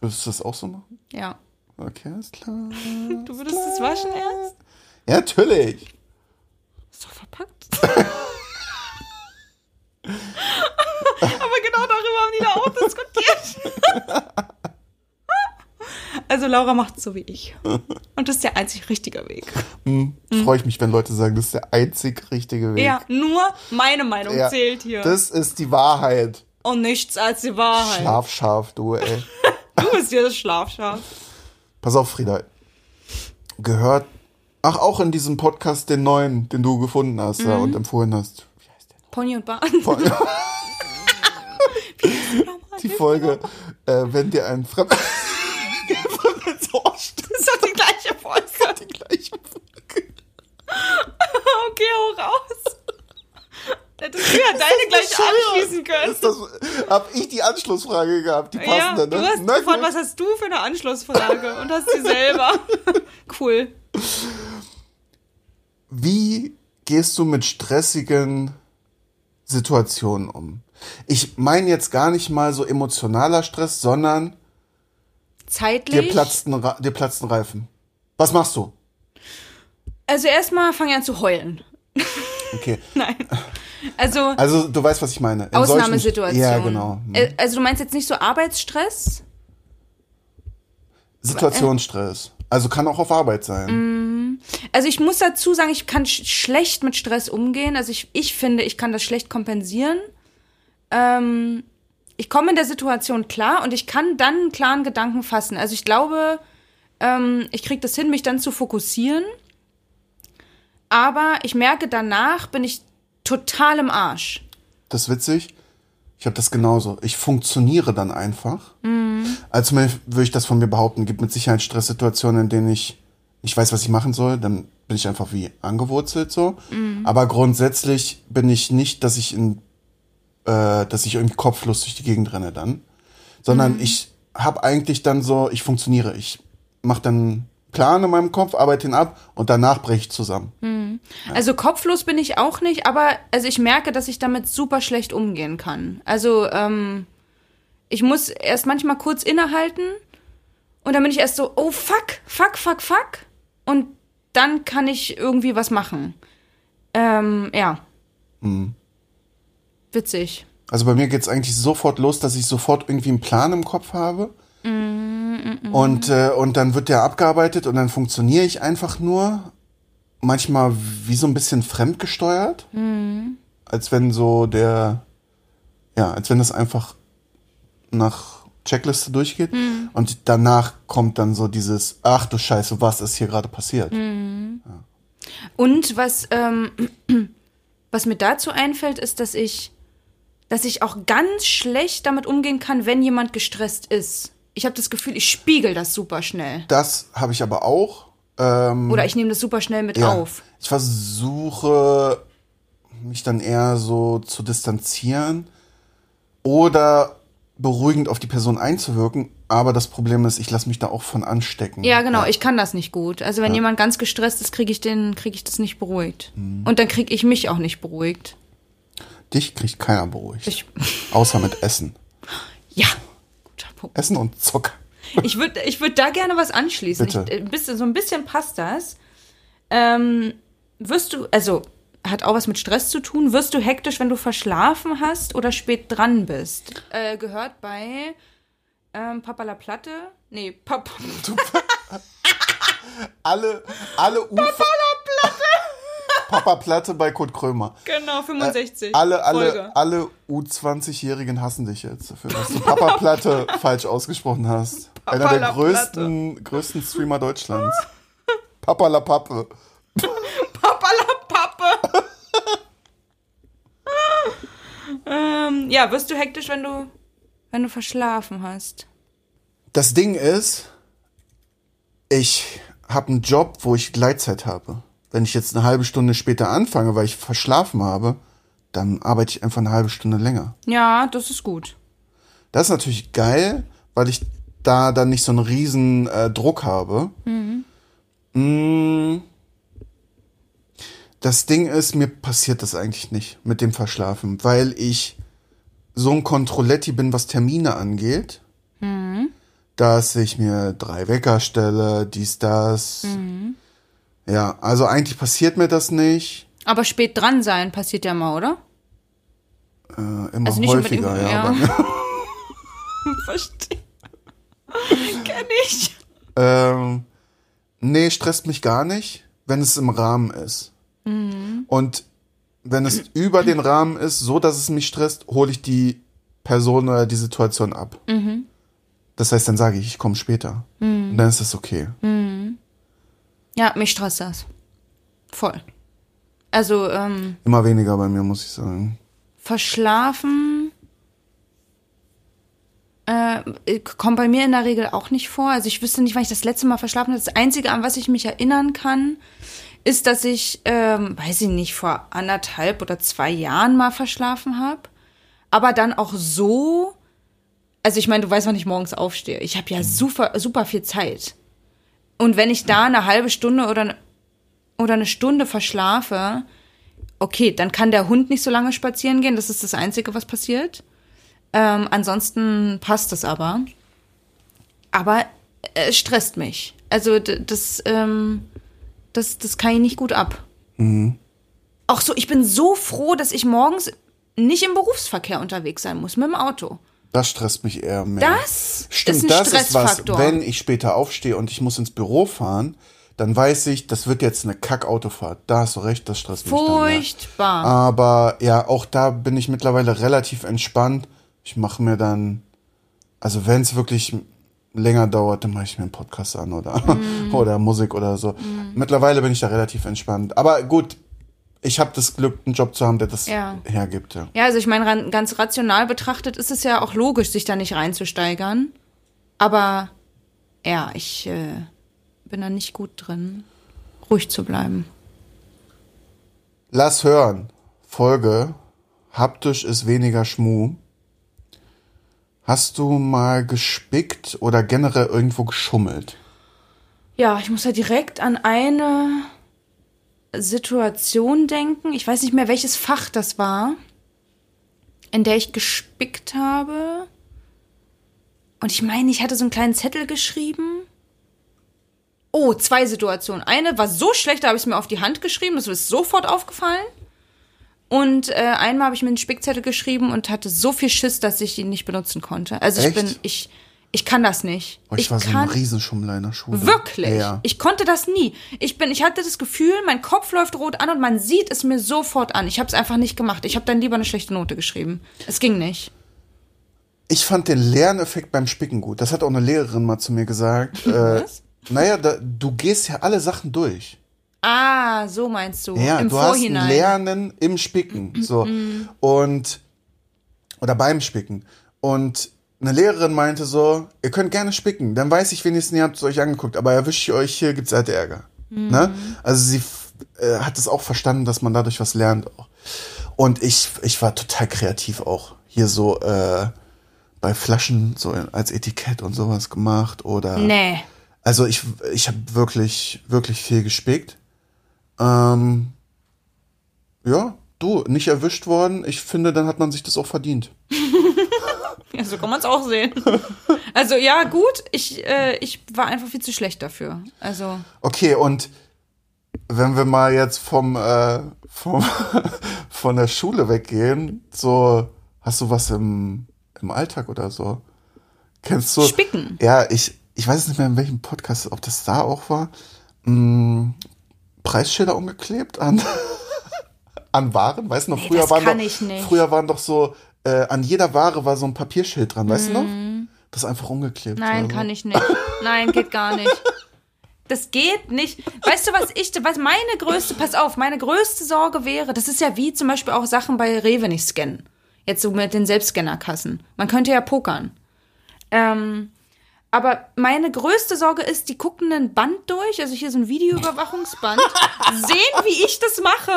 Speaker 2: Würdest du das auch so machen?
Speaker 1: Ja.
Speaker 2: Okay, alles klar.
Speaker 1: Du würdest es waschen erst?
Speaker 2: Ja, natürlich.
Speaker 1: Ist doch verpackt. *laughs* Aber genau darüber haben die da auch diskutiert. *laughs* also Laura macht so wie ich. Und das ist der einzig richtige Weg.
Speaker 2: Freue ich mich, wenn Leute sagen, das ist der einzig richtige Weg.
Speaker 1: Mhm. Ja, nur meine Meinung
Speaker 2: Ja,
Speaker 1: zählt hier.
Speaker 2: Das ist die Wahrheit.
Speaker 1: Und nichts als die Wahrheit.
Speaker 2: Schlafscharf, du, ey. *laughs*
Speaker 1: Du bist hier das Schlafschaf.
Speaker 2: Pass auf, Frieda. Gehört. Ach, auch in diesem Podcast den neuen, den du gefunden hast ja,
Speaker 1: Mhm.
Speaker 2: und empfohlen hast. Wie heißt der?
Speaker 1: Pony und Bahn. *laughs*
Speaker 2: Die Folge, äh, wenn dir ein *laughs* Fremder. so
Speaker 1: Das ist doch die gleiche Folge.
Speaker 2: gleich.
Speaker 1: Okay, hau raus. Hättest du ja deine gleich anschließen können.
Speaker 2: Das, hab ich die Anschlussfrage gehabt, die
Speaker 1: Ja,
Speaker 2: passende,
Speaker 1: du
Speaker 2: ne?
Speaker 1: hast
Speaker 2: Na
Speaker 1: gefragt,
Speaker 2: gut.
Speaker 1: was hast du für eine Anschlussfrage und hast sie selber. *laughs* Cool.
Speaker 2: Wie gehst du mit stressigen Situationen um? Ich meine jetzt gar nicht mal so emotionaler Stress, sondern dir
Speaker 1: Zeitlich.
Speaker 2: platzt ein, Ra- dir platzt ein Reifen. Was machst du?
Speaker 1: Also erstmal fange ich an zu heulen.
Speaker 2: Okay.
Speaker 1: Nein. Also
Speaker 2: Also du weißt, was ich meine. In solchen-
Speaker 1: Ausnahmesituation.
Speaker 2: Ja, genau. Hm.
Speaker 1: Äh, Also du meinst jetzt nicht so Arbeitsstress?
Speaker 2: Situationsstress. Also kann auch auf Arbeit sein.
Speaker 1: Also ich muss dazu sagen, ich kann sch schlecht mit Stress umgehen. Also ich, ich finde, ich kann das schlecht kompensieren. Ähm, ich komme in der Situation klar und ich kann dann einen klaren Gedanken fassen. Also ich glaube, ähm, ich kriege das hin, mich dann zu fokussieren. Aber ich merke, danach bin ich total im Arsch.
Speaker 2: Das ist witzig. Ich habe das genauso. Ich funktioniere dann einfach. Als mir würde ich das von mir behaupten, gibt mit Sicherheit Stresssituationen, in denen ich ich weiß, was ich machen soll, dann bin ich einfach wie angewurzelt so. Aber grundsätzlich bin ich nicht, dass ich in äh, dass ich irgendwie kopflos durch die Gegend renne dann, sondern ich habe eigentlich dann so, ich funktioniere, ich mache dann einen Plan in meinem Kopf, arbeite ihn ab und danach breche ich zusammen.
Speaker 1: Also kopflos bin ich auch nicht, aber also ich merke, dass ich damit super schlecht umgehen kann. Also ähm, ich muss erst manchmal kurz innehalten und dann bin ich erst so, oh fuck, fuck, fuck, fuck. Und dann kann ich irgendwie was machen. Ähm, ja. Witzig.
Speaker 2: Also bei mir geht's eigentlich sofort los, dass ich sofort irgendwie einen Plan im Kopf habe. Und, äh, und dann wird der abgearbeitet und dann funktioniere ich einfach nur. Manchmal wie so ein bisschen fremdgesteuert. Als wenn so der, ja, als wenn das einfach nach Checkliste durchgeht. Und danach kommt dann so dieses, ach du Scheiße, was ist hier gerade passiert?
Speaker 1: *clears throat* Und was, ähm, was mir dazu einfällt, ist, dass ich, dass ich auch ganz schlecht damit umgehen kann, wenn jemand gestresst ist. Ich habe das Gefühl, ich spiegel das super schnell.
Speaker 2: Das habe ich aber auch. Ähm,
Speaker 1: Oder ich nehme das super schnell mit
Speaker 2: ja.
Speaker 1: auf.
Speaker 2: Ich versuche mich dann eher so zu distanzieren oder beruhigend auf die Person einzuwirken. Aber das Problem ist, ich lasse mich da auch von anstecken.
Speaker 1: Ja, genau, ich kann das nicht gut. Also wenn jemand ganz gestresst ist, kriege ich den, kriege ich das nicht beruhigt. Und dann kriege ich mich auch nicht beruhigt.
Speaker 2: Dich kriegt keiner beruhigt.
Speaker 1: Ich-
Speaker 2: *laughs* Außer mit Essen.
Speaker 1: Ja, guter Punkt.
Speaker 2: Essen und Zucker.
Speaker 1: Ich würde ich würd da gerne was anschließen. Ich,
Speaker 2: Bitte.
Speaker 1: äh, bist, so ein bisschen passt das. Ähm, wirst du, also hat auch was mit Stress zu tun, wirst du hektisch, wenn du verschlafen hast oder spät dran bist? Äh, gehört bei ähm, Papa La Platte? Nee, Papa. *laughs*
Speaker 2: Alle, alle Ufer. Papa Platte. Papa Platte bei Kurt Krömer.
Speaker 1: Genau, 65.
Speaker 2: Äh, Alle,
Speaker 1: Folge.
Speaker 2: alle, alle U20-Jährigen hassen dich jetzt dafür, dass du
Speaker 1: *laughs*
Speaker 2: Papa Platte falsch ausgesprochen hast. Einer
Speaker 1: La
Speaker 2: der größten, größten
Speaker 1: *laughs*
Speaker 2: Streamer Deutschlands. Papa la Pappe.
Speaker 1: Papa la Pappe. *laughs* ähm, ja, wirst du hektisch, wenn du, wenn du verschlafen hast?
Speaker 2: Das Ding ist, ich habe einen Job, wo ich Gleitzeit habe. Wenn ich jetzt eine halbe Stunde später anfange, weil ich verschlafen habe, dann arbeite ich einfach eine halbe Stunde länger.
Speaker 1: Ja, das ist gut.
Speaker 2: Das ist natürlich geil, weil ich da dann nicht so einen riesen äh, Druck habe.
Speaker 1: Mhm.
Speaker 2: Mm. Das Ding ist, mir passiert das eigentlich nicht mit dem Verschlafen, weil ich so ein Kontrolletti bin, was Termine angeht.
Speaker 1: Mhm.
Speaker 2: Dass ich mir drei Wecker stelle, dies, das.
Speaker 1: Mhm.
Speaker 2: Ja, also eigentlich passiert mir das nicht.
Speaker 1: Aber spät dran sein passiert ja mal, oder?
Speaker 2: Äh, immer
Speaker 1: Also nicht
Speaker 2: häufiger,
Speaker 1: unbedingt.
Speaker 2: ja. aber-
Speaker 1: Verstehe. *laughs* Kenn ich.
Speaker 2: Ähm, nee, stresst mich gar nicht, wenn es im Rahmen ist.
Speaker 1: Mhm.
Speaker 2: Und wenn es über den Rahmen ist, so dass es mich stresst, hole ich die Person oder die Situation ab.
Speaker 1: Mhm.
Speaker 2: Das heißt, dann sage ich, ich komme später. Und dann ist das okay.
Speaker 1: Mhm. Ja, mich stresst das. Voll. Also, ähm,
Speaker 2: Immer weniger bei mir, muss ich sagen.
Speaker 1: verschlafen äh, kommt bei mir in der Regel auch nicht vor. Also ich wüsste nicht, wann ich das letzte Mal verschlafen habe. Das Einzige, an was ich mich erinnern kann, ist, dass ich, ähm, weiß ich nicht, vor anderthalb oder zwei Jahren mal verschlafen habe. Aber dann auch so, also ich meine, du weißt, wann ich morgens aufstehe. Ich habe ja super, super viel Zeit. Und wenn ich da eine halbe Stunde oder, oder eine Stunde verschlafe, okay, dann kann der Hund nicht so lange spazieren gehen. Das ist das Einzige, was passiert. Ähm, ansonsten passt es aber. Aber äh, es stresst mich. Also d- das, ähm, das, das kann ich nicht gut ab.
Speaker 2: Mhm.
Speaker 1: Auch so, ich bin so froh, dass ich morgens nicht im Berufsverkehr unterwegs sein muss mit dem Auto.
Speaker 2: Das stresst mich eher mehr.
Speaker 1: Das
Speaker 2: Stimmt,
Speaker 1: ist ein
Speaker 2: das ist was,
Speaker 1: Stressfaktor.
Speaker 2: wenn ich später aufstehe und ich muss ins Büro fahren, dann weiß ich, das wird jetzt eine Kack-Autofahrt. Da hast du recht, das stresst mich dann mehr.
Speaker 1: Furchtbar.
Speaker 2: Aber ja, auch da bin ich mittlerweile relativ entspannt. Ich mache mir dann, also wenn es wirklich länger dauert, dann mache ich mir einen Podcast an oder,
Speaker 1: Mhm.
Speaker 2: *laughs* oder Musik oder so. Mittlerweile bin ich da relativ entspannt. Aber gut, ich habe das Glück, einen Job zu haben, der das
Speaker 1: Ja.
Speaker 2: hergibt. Ja.
Speaker 1: Ja, also ich meine, ran- ganz rational betrachtet ist es ja auch logisch, sich da nicht reinzusteigern. Aber ja, ich äh, bin da nicht gut drin, ruhig zu bleiben.
Speaker 2: Lass hören. Folge. Haptisch ist weniger Schmu. Hast du mal gespickt oder generell irgendwo geschummelt?
Speaker 1: Ja, ich muss ja direkt an eine Situation denken. Ich weiß nicht mehr, welches Fach das war, in der ich gespickt habe. Und ich meine, ich hatte so einen kleinen Zettel geschrieben. Oh, zwei Situationen. Eine war so schlecht, da habe ich es mir auf die Hand geschrieben. Das ist sofort aufgefallen. Und äh, einmal habe ich mir einen Spickzettel geschrieben und hatte so viel Schiss, dass ich ihn nicht benutzen konnte. Also ich
Speaker 2: Echt?
Speaker 1: bin, ich, ich kann das nicht.
Speaker 2: Oh, ich, war so ein
Speaker 1: kann
Speaker 2: Riesenschummler in der Schule.
Speaker 1: Wirklich.
Speaker 2: Ja.
Speaker 1: Ich konnte das nie. Ich bin, ich hatte das Gefühl, mein Kopf läuft rot an und man sieht es mir sofort an. Ich habe es einfach nicht gemacht. Ich habe dann lieber eine schlechte Note geschrieben. Es ging nicht.
Speaker 2: Ich fand den Lerneffekt beim Spicken gut. Das hat auch eine Lehrerin mal zu mir gesagt. Äh,
Speaker 1: Was?
Speaker 2: naja, da, du gehst ja alle Sachen durch.
Speaker 1: Ah, so meinst du.
Speaker 2: Ja,
Speaker 1: Im
Speaker 2: du hast ein
Speaker 1: Vorhinein.
Speaker 2: Lernen im Spicken. So. Und oder beim Spicken. Und eine Lehrerin meinte so, ihr könnt gerne spicken, dann weiß ich wenigstens, ihr habt es euch angeguckt, aber erwische ich euch hier, gibt's halt Ärger. Ne? Also sie f- äh, hat es auch verstanden, dass man dadurch was lernt auch. Und ich, ich war total kreativ auch. Hier so äh, bei Flaschen so als Etikett und sowas gemacht oder.
Speaker 1: Nee.
Speaker 2: Also ich, ich habe wirklich, wirklich viel gespickt. Ähm, ja, du, nicht erwischt worden. Ich finde, dann hat man sich das auch verdient.
Speaker 1: Ja, so kann man es auch
Speaker 2: *laughs*
Speaker 1: sehen. Also ja, gut, ich, äh, ich war einfach viel zu schlecht dafür. Also,
Speaker 2: Okay, und wenn wir mal jetzt vom, äh, vom *laughs* von der Schule weggehen, so hast du was im, im Alltag oder so? Kennst du?
Speaker 1: Spicken.
Speaker 2: Ja, ich, ich weiß nicht mehr in welchem Podcast, ob das da auch war. Hm, Preisschilder umgeklebt an, *laughs* an Waren, weißt du noch? früher
Speaker 1: das
Speaker 2: waren
Speaker 1: kann
Speaker 2: doch,
Speaker 1: ich nicht.
Speaker 2: früher waren doch so äh, an jeder Ware war so ein Papierschild dran, weißt du noch? Das einfach umgeklebt.
Speaker 1: Mhm. nein,
Speaker 2: oder so.
Speaker 1: kann ich nicht. Nein, geht
Speaker 2: *laughs*
Speaker 1: gar nicht. Das geht nicht. Weißt du, was ich, was meine größte, pass auf, meine größte Sorge wäre, das ist ja wie zum Beispiel auch Sachen bei Rewe nicht scannen. Jetzt so mit den Selbstscannerkassen. Man könnte ja pokern. Ähm, aber meine größte Sorge ist, die gucken ein Band durch, also hier so ein Videoüberwachungsband, sehen, wie ich das mache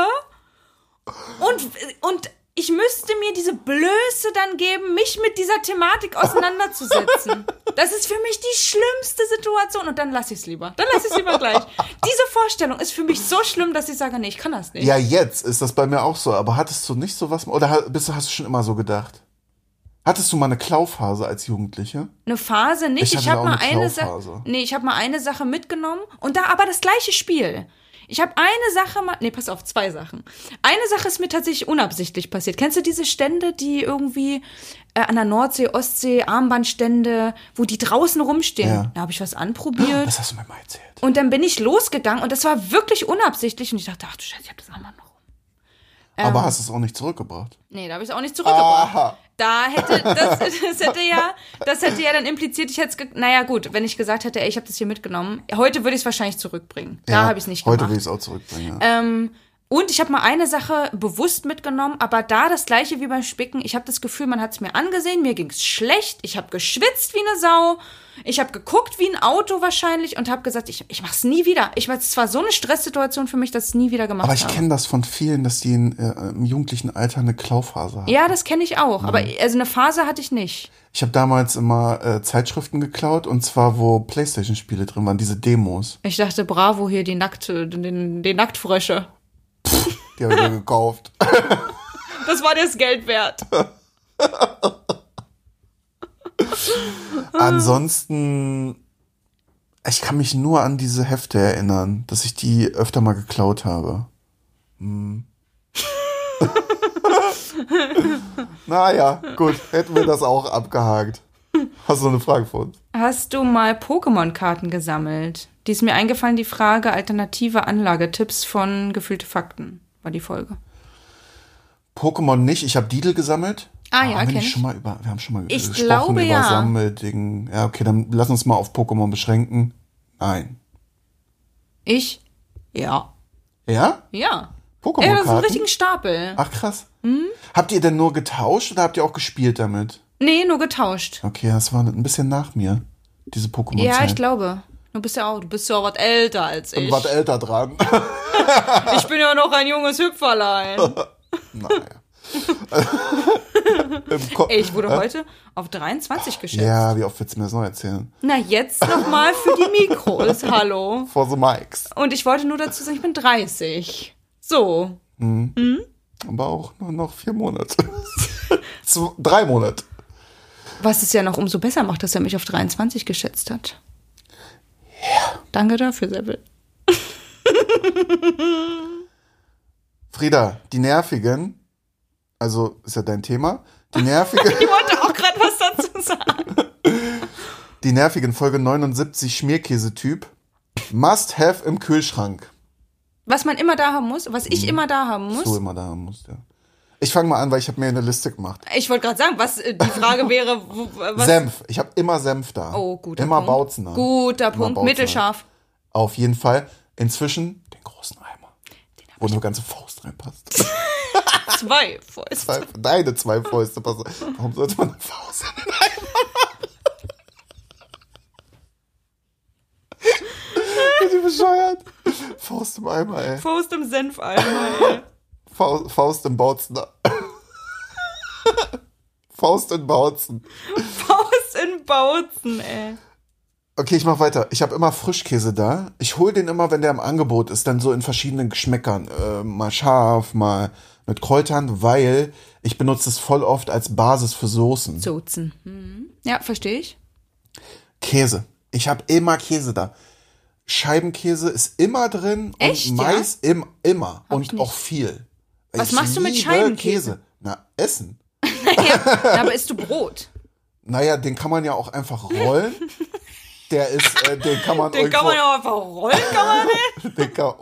Speaker 1: und, und ich müsste mir diese Blöße dann geben, mich mit dieser Thematik auseinanderzusetzen. Das ist für mich die schlimmste Situation und dann lasse ich es lieber. Dann lasse ich es lieber gleich. Diese Vorstellung ist für mich so schlimm, dass ich sage, nee, ich kann das nicht.
Speaker 2: Ja, jetzt ist das bei mir auch so. Aber hattest du nicht sowas? Oder ha- bist, du- hast du schon immer so gedacht? Hattest du mal eine Klauphase als Jugendliche?
Speaker 1: Eine Phase nicht.
Speaker 2: Ich
Speaker 1: Ich,
Speaker 2: hatte da
Speaker 1: habe
Speaker 2: auch
Speaker 1: mal
Speaker 2: eine
Speaker 1: eine
Speaker 2: Klauphase.
Speaker 1: Sache. Nee, ich habe mal eine Sache mitgenommen und da aber das gleiche Spiel. Ich habe eine Sache mal. Nee, pass auf, zwei Sachen. Eine Sache ist mir tatsächlich unabsichtlich passiert. Kennst du diese Stände, die irgendwie äh, an der Nordsee, Ostsee, Armbandstände, wo die draußen rumstehen?
Speaker 2: Ja.
Speaker 1: Da habe ich was anprobiert.
Speaker 2: *gasps* Das hast du mir mal erzählt.
Speaker 1: Und dann bin ich losgegangen und das war wirklich unabsichtlich. Und ich dachte, ach du Scheiße, ich habe das Armband noch rum.
Speaker 2: Aber hast es auch nicht zurückgebracht.
Speaker 1: Nee, da habe ich es auch nicht zurückgebracht.
Speaker 2: Aha.
Speaker 1: Da hätte, das, das hätte ja, das hätte ja dann impliziert, ich hätte es, ge- naja gut, wenn ich gesagt hätte, ey, ich habe das hier mitgenommen, heute würde ich es wahrscheinlich zurückbringen. Da habe ich es nicht gemacht.
Speaker 2: Heute will ich es auch zurückbringen. Ja.
Speaker 1: ähm, und ich habe mal eine Sache bewusst mitgenommen, aber da das gleiche wie beim Spicken. Ich habe das Gefühl, man hat es mir angesehen, mir ging's schlecht, ich habe geschwitzt wie eine Sau, ich habe geguckt wie ein Auto wahrscheinlich und habe gesagt, ich, ich mach's nie wieder. Ich war es war so eine Stresssituation für mich, dass ich es nie wieder gemacht
Speaker 2: Aber ich
Speaker 1: habe.
Speaker 2: kenne das von vielen, dass die in, äh, im jugendlichen Alter eine Klauphase haben.
Speaker 1: ja, das kenne ich auch, aber
Speaker 2: Mhm.
Speaker 1: also eine Phase hatte ich nicht.
Speaker 2: Ich habe damals immer äh, Zeitschriften geklaut und zwar, wo Playstation-Spiele drin waren, diese Demos.
Speaker 1: Ich dachte, bravo, hier die nackte, den, den Nacktfrösche.
Speaker 2: Die habe
Speaker 1: *laughs*
Speaker 2: ich mir gekauft.
Speaker 1: Das war dir das Geld wert.
Speaker 2: Ansonsten, ich kann mich nur an diese Hefte erinnern, dass ich die öfter mal geklaut habe. *laughs* Hm. naja, gut, hätten wir das auch abgehakt. Hast du eine Frage für uns?
Speaker 1: Hast du mal Pokémon-Karten gesammelt? Die ist mir eingefallen, die Frage alternative Anlagetipps von Gefühlte Fakten war die Folge.
Speaker 2: Pokémon nicht, ich habe Didel gesammelt.
Speaker 1: Ah ja,
Speaker 2: haben wir
Speaker 1: kenn
Speaker 2: nicht
Speaker 1: ich.
Speaker 2: schon mal über, wir haben schon mal
Speaker 1: Ich
Speaker 2: gesprochen
Speaker 1: glaube,
Speaker 2: über
Speaker 1: ja.
Speaker 2: Sammeldingen. Ja, okay, dann lass uns mal auf Pokémon beschränken. Nein.
Speaker 1: Ich? Ja.
Speaker 2: Ja?
Speaker 1: Ja. Ja, das ist ein
Speaker 2: Pokémon-Karten?
Speaker 1: richtigen Stapel.
Speaker 2: Ach krass. Habt ihr denn nur getauscht oder habt ihr auch gespielt damit?
Speaker 1: Nee, nur getauscht.
Speaker 2: Okay, das war ein bisschen nach mir, diese Pokémon.
Speaker 1: Ja, ich glaube. Du bist ja auch, du bist ja auch was älter als ich.
Speaker 2: Wart älter dran.
Speaker 1: Ich bin ja noch ein junges *laughs* Hüpferlein.
Speaker 2: *laughs* naja. Im Ko-
Speaker 1: Ey, Ich wurde heute auf 23 geschätzt.
Speaker 2: ja, wie oft willst du mir das noch erzählen?
Speaker 1: Na, jetzt nochmal für die *laughs* Mikros. Hallo.
Speaker 2: For the Mikes.
Speaker 1: Und ich wollte nur dazu sagen, ich bin 30. So.
Speaker 2: Aber auch nur noch vier Monate. *laughs* Zwei, drei Monate.
Speaker 1: Was es ja noch umso besser macht, dass er mich auf 23 geschätzt hat. Ja. Danke dafür, Seppel.
Speaker 2: Frieda, die Nervigen, also ist ja dein Thema, die Nervigen,
Speaker 1: *laughs* Ich wollte auch gerade was dazu sagen.
Speaker 2: die Nervigen Folge 79 Schmierkäse-Typ. Must have im Kühlschrank.
Speaker 1: Was man immer da haben muss, was
Speaker 2: Mhm.
Speaker 1: ich immer da haben
Speaker 2: Was du
Speaker 1: muss.
Speaker 2: immer da haben musst, ja. Ich fange mal an, weil ich habe mir eine Liste gemacht.
Speaker 1: Ich wollte gerade sagen, was äh, die
Speaker 2: *laughs*
Speaker 1: Frage wäre, wo- was.
Speaker 2: Senf. Ich habe immer Senf da.
Speaker 1: oh, guter
Speaker 2: Immer
Speaker 1: Punkt.
Speaker 2: Bautzener.
Speaker 1: Guter
Speaker 2: Immer
Speaker 1: Punkt.
Speaker 2: Bautzener.
Speaker 1: Mittelscharf.
Speaker 2: Auf jeden Fall. Inzwischen den großen Eimer. Wo nur ganze Faust reinpasst. *laughs*
Speaker 1: Zwei Fäuste.
Speaker 2: Zwei, deine zwei Fäuste passen. Warum sollte man eine Faust in den Eimer machen? Bin ich bescheuert? Faust im Eimer, ey.
Speaker 1: Faust im Senfeimer,
Speaker 2: *laughs*
Speaker 1: ey.
Speaker 2: Faust, Faust im Bautzen. *laughs* Faust in Bautzen.
Speaker 1: Faust in Bautzen, ey.
Speaker 2: Okay, ich mach weiter. Ich habe immer Frischkäse da. Ich hol den immer, wenn der im Angebot ist, dann so in verschiedenen Geschmäckern. Äh, mal scharf, mal mit Kräutern, weil ich benutze es voll oft als Basis für Soßen.
Speaker 1: Sozen. Mhm. Ja, verstehe ich.
Speaker 2: Käse. Ich habe immer Käse da. Scheibenkäse ist immer drin
Speaker 1: Echt, ja?
Speaker 2: und Mais im, immer und
Speaker 1: nicht.
Speaker 2: auch viel.
Speaker 1: Was machst du mit
Speaker 2: liebe
Speaker 1: Scheibenkäse?
Speaker 2: Käse. Na, essen.
Speaker 1: Naja, aber isst du Brot?
Speaker 2: Oh, Naja, den kann man ja auch einfach
Speaker 1: *laughs*
Speaker 2: rollen. Der ist, äh, den kann man
Speaker 1: Den
Speaker 2: irgendwo,
Speaker 1: kann man ja auch einfach rollen, kann man nicht?
Speaker 2: den, kann,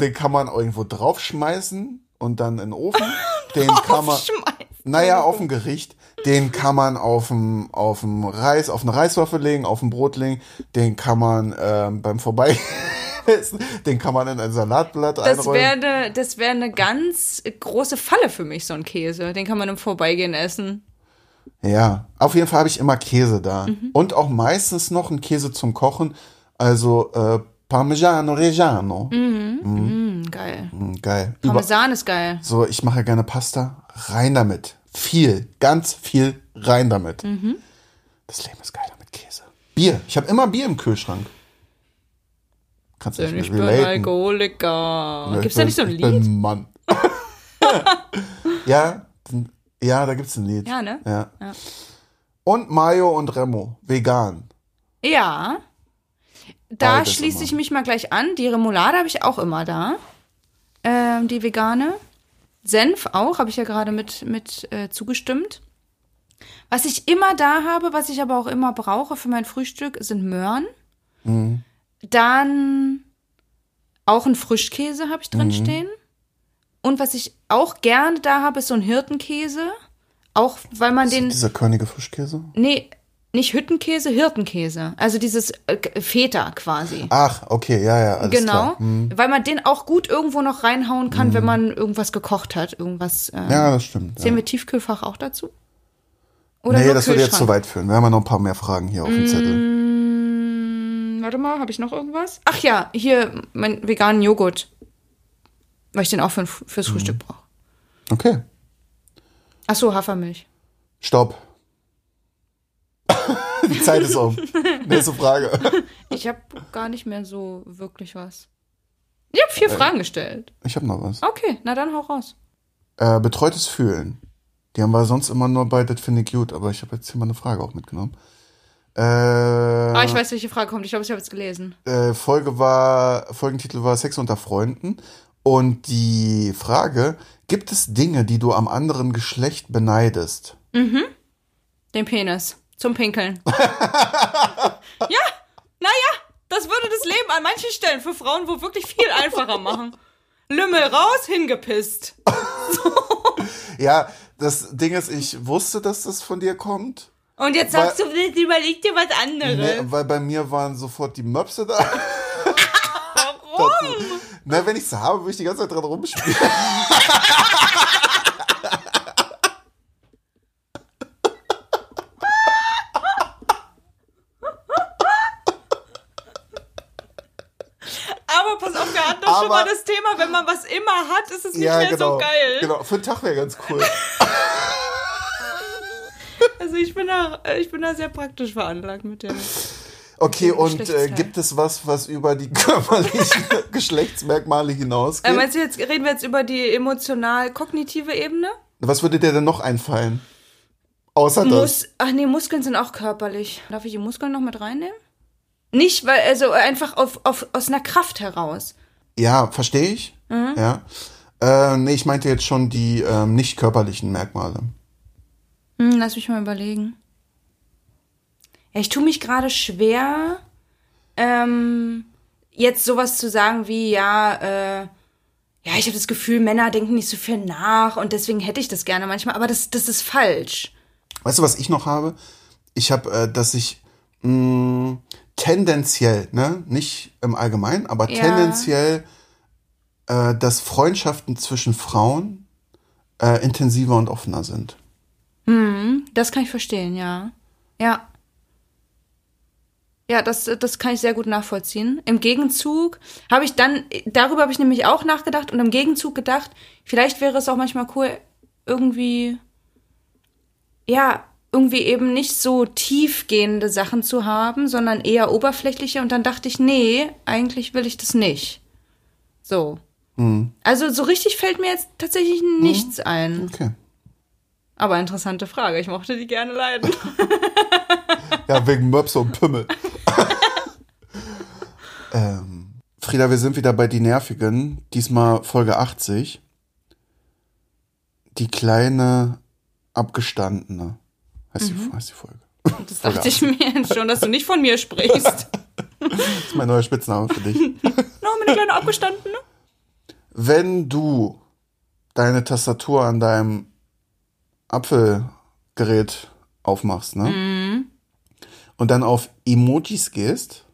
Speaker 2: den kann man irgendwo draufschmeißen und dann in den Ofen.
Speaker 1: *laughs*
Speaker 2: Den kann man,
Speaker 1: Schmeißen.
Speaker 2: naja, auf ein Gericht. Den kann man auf dem auf dem Reis, auf eine Reiswaffel legen, auf ein Brot legen. Den kann man ähm, beim Vorbei, *laughs* den kann man in ein Salatblatt
Speaker 1: Das
Speaker 2: einrollen.
Speaker 1: wäre ne- das wär eine ganz große Falle für mich, so ein Käse. Den kann man im Vorbeigehen essen.
Speaker 2: Ja, auf jeden Fall habe ich immer Käse da.
Speaker 1: Mhm.
Speaker 2: Und auch meistens noch einen Käse zum Kochen, also äh, Parmigiano Reggiano.
Speaker 1: Mhm. Hm, geil.
Speaker 2: Mm, Geil. Über
Speaker 1: Parmesan ist geil.
Speaker 2: so, ich mache gerne Pasta, rein damit. Viel, ganz viel rein damit.
Speaker 1: Mhm.
Speaker 2: Das Leben ist geiler mit Käse. Bier, ich habe immer Bier im Kühlschrank. Kannst du
Speaker 1: Denn ich
Speaker 2: nicht
Speaker 1: bin
Speaker 2: relaten.
Speaker 1: Alkoholiker.
Speaker 2: Ich
Speaker 1: Gibt's da
Speaker 2: bin-
Speaker 1: nicht so ein
Speaker 2: ich
Speaker 1: Lied?
Speaker 2: Bin Mann. *laughs* ja, n- ja, da gibt's ein Lied.
Speaker 1: Ja, ne?
Speaker 2: Ja.
Speaker 1: Ja.
Speaker 2: Und Mayo und Remo, vegan.
Speaker 1: Ja. Da
Speaker 2: Beides
Speaker 1: schließe ich
Speaker 2: immer.
Speaker 1: mich mal gleich an. Die Remoulade habe ich auch immer da. Ähm, die vegane. Senf auch, habe ich ja gerade mit, mit äh, zugestimmt. Was ich immer da habe, was ich aber auch immer brauche für mein Frühstück, sind Möhren. Dann auch einen Frischkäse habe ich drin stehen. Und was ich auch gerne da habe, ist so ein Hirtenkäse. Auch weil man den.
Speaker 2: Dieser körnige Frischkäse?
Speaker 1: Nee, nicht Hüttenkäse, Hirtenkäse. Also dieses äh, K- Feta quasi.
Speaker 2: Ach, okay, ja, ja, Ah, alles
Speaker 1: genau.
Speaker 2: klar. Hm.
Speaker 1: Weil man den auch gut irgendwo noch reinhauen kann, wenn man irgendwas gekocht hat. Irgendwas. Äh,
Speaker 2: Ja, das stimmt.
Speaker 1: Sehen
Speaker 2: Ja.
Speaker 1: wir Tiefkühlfach auch dazu? Oder
Speaker 2: Nee,
Speaker 1: nur
Speaker 2: das würde jetzt zu
Speaker 1: Kühlschrank? Mm.
Speaker 2: weit führen. Wir haben ja noch ein paar mehr Fragen hier auf dem Zettel.
Speaker 1: Hm, Warte mal, habe ich noch irgendwas? Ach ja, hier meinen veganen Joghurt. Weil ich den auch für, fürs
Speaker 2: Mhm.
Speaker 1: Frühstück brauche.
Speaker 2: Okay,
Speaker 1: Ach so, Hafermilch.
Speaker 2: stopp. *laughs* Die Zeit ist um. Nächste Frage.
Speaker 1: Ich habe gar nicht mehr so wirklich was. Ich habe vier
Speaker 2: Äh.
Speaker 1: Fragen gestellt.
Speaker 2: Ich habe noch was.
Speaker 1: Okay, na dann hau raus.
Speaker 2: Äh, betreutes Fühlen. Die haben wir sonst immer nur bei Das finde ich gut, aber ich habe jetzt hier mal eine Frage auch mitgenommen. Äh,
Speaker 1: Ah, ich weiß, welche Frage kommt. Ich glaube, ich habe es gelesen.
Speaker 2: äh, Folge war, Folgentitel war Sex unter Freunden. Und die Frage, gibt es Dinge, die du am anderen Geschlecht beneidest?
Speaker 1: Den Penis. Zum
Speaker 2: *laughs*
Speaker 1: Pinkeln. ja, naja, das würde das Leben an manchen Stellen für Frauen wohl wirklich viel einfacher machen. Lümmel raus, hingepisst.
Speaker 2: Ja, das Ding ist, ich wusste, dass das von dir kommt.
Speaker 1: Und jetzt sagst du, überleg dir was anderes.
Speaker 2: Ne, weil bei mir waren sofort die Möpse da.
Speaker 1: Warum?
Speaker 2: Na, Ne, wenn ich sie habe, würde ich die ganze Zeit dran rumspielen.
Speaker 1: *laughs* Aber pass auf, wir hatten doch schon mal
Speaker 2: Aber-
Speaker 1: das Thema, wenn man was immer hat, ist es nicht mehr so geil.
Speaker 2: Genau, für den Tag wäre ganz cool.
Speaker 1: Also ich bin, da, ich bin da sehr praktisch veranlagt mit
Speaker 2: *laughs*
Speaker 1: dem.
Speaker 2: Okay, und äh,
Speaker 1: Geschlechtsteil.
Speaker 2: gibt es was, was über die *laughs* körperlichen Geschlechtsmerkmale hinausgeht?
Speaker 1: Äh, meinst du jetzt, reden wir jetzt über die emotional-kognitive Ebene?
Speaker 2: was würde dir denn noch einfallen? Außer das.
Speaker 1: Mus Ach nee, Muskeln sind auch körperlich. Darf ich die Muskeln noch mit reinnehmen? Nicht, weil, also einfach auf, auf, aus einer Kraft heraus.
Speaker 2: Ja, verstehe ich. Ja. Äh, nee, ich meinte jetzt schon die ähm, nicht körperlichen Merkmale.
Speaker 1: Hm, lass mich mal überlegen. Ja, ich tue mich gerade schwer, ähm, jetzt sowas zu sagen wie, ja, äh, ja, ich habe das Gefühl, Männer denken nicht so viel nach und deswegen hätte ich das gerne manchmal, aber das, das ist falsch.
Speaker 2: Weißt du, was ich noch habe? Ich habe, äh, dass ich mh, tendenziell, ne, nicht im Allgemeinen, aber
Speaker 1: Ja.
Speaker 2: tendenziell, äh, dass Freundschaften zwischen Frauen äh, intensiver und offener sind.
Speaker 1: Mhm, das kann ich verstehen, ja. Ja. Ja, das, das kann ich sehr gut nachvollziehen. Im Gegenzug habe ich dann, darüber habe ich nämlich auch nachgedacht und im Gegenzug gedacht, vielleicht wäre es auch manchmal cool, irgendwie, ja, irgendwie eben nicht so tiefgehende Sachen zu haben, sondern eher oberflächliche. Und dann dachte ich, nee, eigentlich will ich das nicht. So.
Speaker 2: Mhm.
Speaker 1: Also so richtig fällt mir jetzt tatsächlich nichts ein.
Speaker 2: Okay.
Speaker 1: Aber interessante Frage. Ich mochte die gerne leiden.
Speaker 2: Ja, wegen Möps und Pimmel. *laughs* ähm, Frieda, wir sind wieder bei Die Nervigen. Diesmal Folge 80. Die kleine Abgestandene. Heißt, die, heißt die Folge.
Speaker 1: Das dachte ich mir *laughs* jetzt schon, dass du nicht von mir sprichst.
Speaker 2: *laughs* Das ist mein neuer Spitzname für dich.
Speaker 1: Na, meine kleine Abgestandene.
Speaker 2: Wenn du deine Tastatur an deinem Apfelgerät aufmachst, ne?
Speaker 1: Mhm.
Speaker 2: Und dann auf Emojis gehst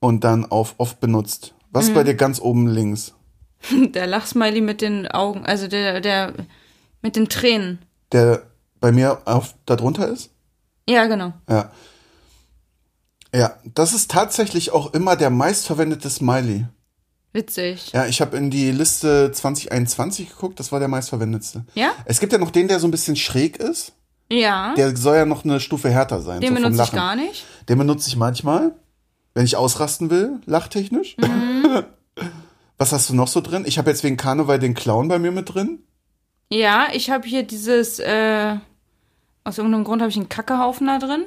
Speaker 2: und dann auf oft benutzt. Was
Speaker 1: Mhm.
Speaker 2: ist bei dir ganz oben links?
Speaker 1: Der Lachsmiley mit den Augen, also der, der, mit den Tränen.
Speaker 2: Der bei mir auf, da drunter ist?
Speaker 1: Ja, genau.
Speaker 2: Ja. Ja, das ist tatsächlich auch immer der meistverwendete Smiley.
Speaker 1: Witzig.
Speaker 2: Ja, ich habe in die Liste 2021 geguckt, das war der meistverwendetste.
Speaker 1: Ja?
Speaker 2: Es gibt ja noch den, der so ein bisschen schräg ist.
Speaker 1: Ja,
Speaker 2: Der soll ja noch eine Stufe härter sein.
Speaker 1: den
Speaker 2: so vom
Speaker 1: benutze ich
Speaker 2: Lachen.
Speaker 1: gar nicht.
Speaker 2: Den benutze ich manchmal, wenn ich ausrasten will, lachtechnisch.
Speaker 1: Mhm.
Speaker 2: *laughs* Was hast du noch so drin? Ich habe jetzt wegen Karneval den Clown bei mir mit drin.
Speaker 1: Ja, ich habe hier dieses, äh, aus irgendeinem Grund habe ich einen Kackehaufen da drin.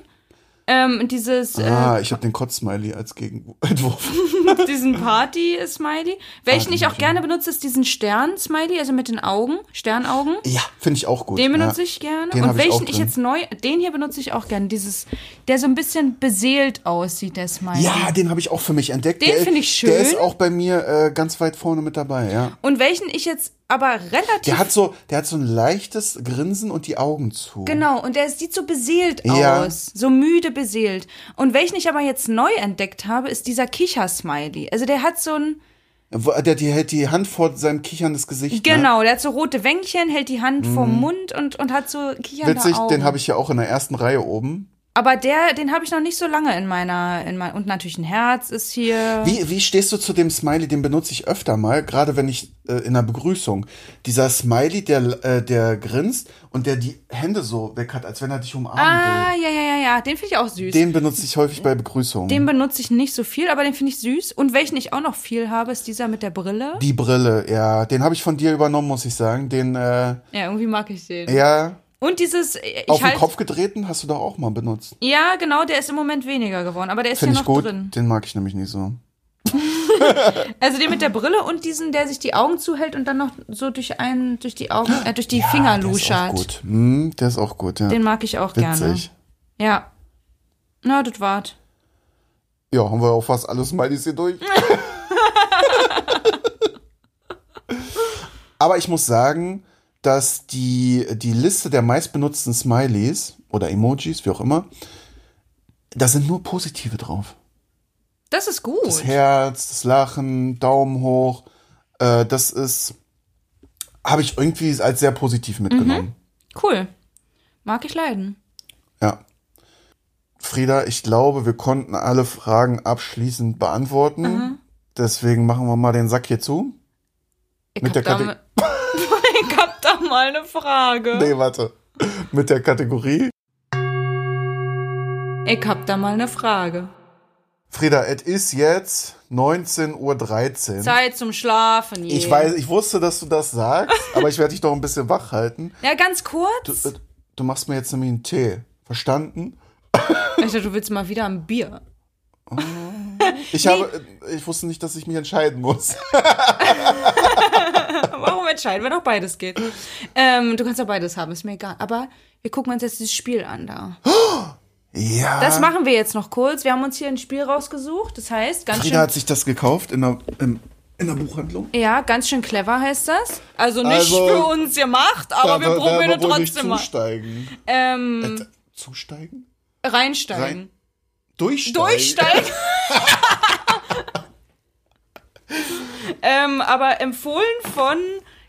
Speaker 1: Ähm, dieses,
Speaker 2: Ah, ich habe den Kotz-Smiley *laughs* als Gegenentwurf.
Speaker 1: äh, diesen Party-Smiley. Welchen ich auch
Speaker 2: Party-Smiley.
Speaker 1: gerne benutze, ist diesen Stern-Smiley, also mit den Augen, Sternaugen.
Speaker 2: Ja, finde ich auch gut.
Speaker 1: Den benutze
Speaker 2: ja.
Speaker 1: ich gerne.
Speaker 2: Den
Speaker 1: Und
Speaker 2: hab ich auch
Speaker 1: welchen ich
Speaker 2: drin.
Speaker 1: jetzt neu, den hier benutze ich auch gerne. Dieses, der so ein bisschen beseelt aussieht, der Smiley.
Speaker 2: Ja, den habe ich auch für mich entdeckt.
Speaker 1: Den
Speaker 2: Der-
Speaker 1: finde ich schön.
Speaker 2: Der ist auch bei mir äh, ganz weit vorne mit dabei, ja.
Speaker 1: Und welchen ich jetzt aber relativ
Speaker 2: Der hat so, der hat so ein leichtes Grinsen und die Augen zu.
Speaker 1: Genau, und der sieht so beseelt
Speaker 2: Ja.
Speaker 1: aus. So müde beseelt. Und welchen ich aber jetzt neu entdeckt habe, ist dieser Kicher-Smiley. Also der hat so ein,
Speaker 2: Wo- Der, der hält die Hand vor seinem kicherndes Gesicht. Ne?
Speaker 1: genau, der hat so rote Wänkchen, hält die Hand vorm Mund und, und hat so kichernde
Speaker 2: Mhm. Witzig,
Speaker 1: Augen.
Speaker 2: den habe ich ja auch in der ersten Reihe oben.
Speaker 1: aber der, den habe ich noch nicht so lange in meiner, in mein, und natürlich ein Herz ist hier.
Speaker 2: Wie, wie stehst du zu dem Smiley? Den benutze ich öfter mal, gerade wenn ich äh, in der Begrüßung. Dieser Smiley, der, äh, der grinst und der die Hände so weg hat, als wenn er dich umarmen will.
Speaker 1: Ah, ja, ja, ja, ja, den finde ich auch süß. Den,
Speaker 2: Den benutze ich häufig bei Begrüßungen.
Speaker 1: benutze ich nicht so viel, aber den finde ich süß. Und welchen ich auch noch viel habe, ist dieser mit der Brille.
Speaker 2: die Brille, ja. Den habe ich von dir übernommen, muss ich sagen. Den, äh,
Speaker 1: Ja, irgendwie mag ich den.
Speaker 2: ja,
Speaker 1: Und dieses, ich
Speaker 2: auf
Speaker 1: halt,
Speaker 2: den Kopf gedrehten hast du doch auch mal benutzt.
Speaker 1: Ja, genau, der ist im Moment weniger geworden, aber der ist ja
Speaker 2: Finde ich
Speaker 1: noch
Speaker 2: gut.
Speaker 1: drin.
Speaker 2: Den mag ich nämlich nicht so.
Speaker 1: Also den mit der Brille und diesen, der sich die Augen zuhält und dann noch so durch einen, durch die Augen, äh, durch die Finger
Speaker 2: Ah, Der ist auch
Speaker 1: luschert.
Speaker 2: gut. Hm, der ist auch gut, ja.
Speaker 1: Den mag ich auch gerne.
Speaker 2: Witzig.
Speaker 1: Ja. Na, das wart.
Speaker 2: Ja, haben wir auch fast alle Smileys hier durch. Aber ich muss sagen, dass die, die Liste der meistbenutzten Smileys oder Emojis, wie auch immer, da sind nur positive drauf.
Speaker 1: Das ist gut.
Speaker 2: Das Herz, das Lachen, Daumen hoch, äh, das ist, habe ich irgendwie als sehr positiv mitgenommen.
Speaker 1: cool. Mag ich leiden.
Speaker 2: Ja. Frieda, ich glaube, wir konnten alle Fragen abschließend beantworten.
Speaker 1: Mhm.
Speaker 2: Deswegen machen wir mal den Sack hier zu.
Speaker 1: Ich
Speaker 2: Mit der
Speaker 1: hab da
Speaker 2: Karte-
Speaker 1: mal- *laughs* Ich hab da mal eine Frage.
Speaker 2: Nee, warte. Mit der Kategorie.
Speaker 1: Ich hab da mal eine Frage.
Speaker 2: Frieda, es ist jetzt 19.13 Uhr.
Speaker 1: Zeit zum Schlafen. Je.
Speaker 2: Ich weiß, ich wusste, dass du
Speaker 1: *laughs*
Speaker 2: das sagst, aber ich werde dich noch ein bisschen wach halten.
Speaker 1: Ja, ganz kurz.
Speaker 2: Du, äh, du machst mir jetzt nämlich einen Tee. Verstanden?
Speaker 1: ich dachte, du willst mal wieder ein Bier.
Speaker 2: Ich habe, äh, ich wusste nicht, dass ich mich entscheiden muss.
Speaker 1: Warum entscheiden wir doch beides geht? Ähm, du kannst ja beides haben, ist mir egal. Aber wir gucken uns jetzt dieses Spiel an da.
Speaker 2: Ja.
Speaker 1: Das machen wir jetzt noch kurz. Wir haben uns hier ein Spiel rausgesucht. Das heißt, ganz
Speaker 2: Frieda
Speaker 1: schön,
Speaker 2: hat sich das gekauft in der, im, in der Buchhandlung.
Speaker 1: ja, ganz schön clever heißt das. Also nicht
Speaker 2: Also,
Speaker 1: für uns gemacht, aber wir
Speaker 2: Da- da
Speaker 1: probieren
Speaker 2: werden
Speaker 1: es
Speaker 2: wohl nicht
Speaker 1: trotzdem mal.
Speaker 2: Zusteigen.
Speaker 1: Ähm,
Speaker 2: Äh, zusteigen?
Speaker 1: reinsteigen.
Speaker 2: Durchsteigen.
Speaker 1: Durchsteigen. *laughs* ähm, aber empfohlen von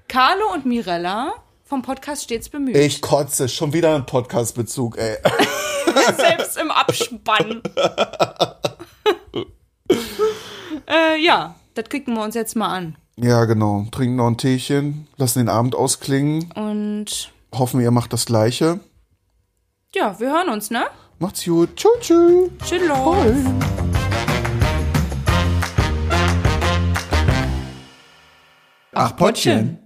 Speaker 1: Carlo und Mirella. vom Podcast stets bemüht.
Speaker 2: Ich kotze, schon wieder ein Podcast-Bezug, ey.
Speaker 1: *laughs* Selbst im Abspann. äh, ja, das gucken wir uns jetzt mal an.
Speaker 2: Ja, genau. Trinken noch ein Teechen, lassen den Abend ausklingen.
Speaker 1: Und
Speaker 2: Hoffen, ihr macht das Gleiche.
Speaker 1: ja, wir hören uns, ne?
Speaker 2: Macht's gut. Tschüss, tschüss.
Speaker 1: Tschüss.
Speaker 2: Ach, Pottchen.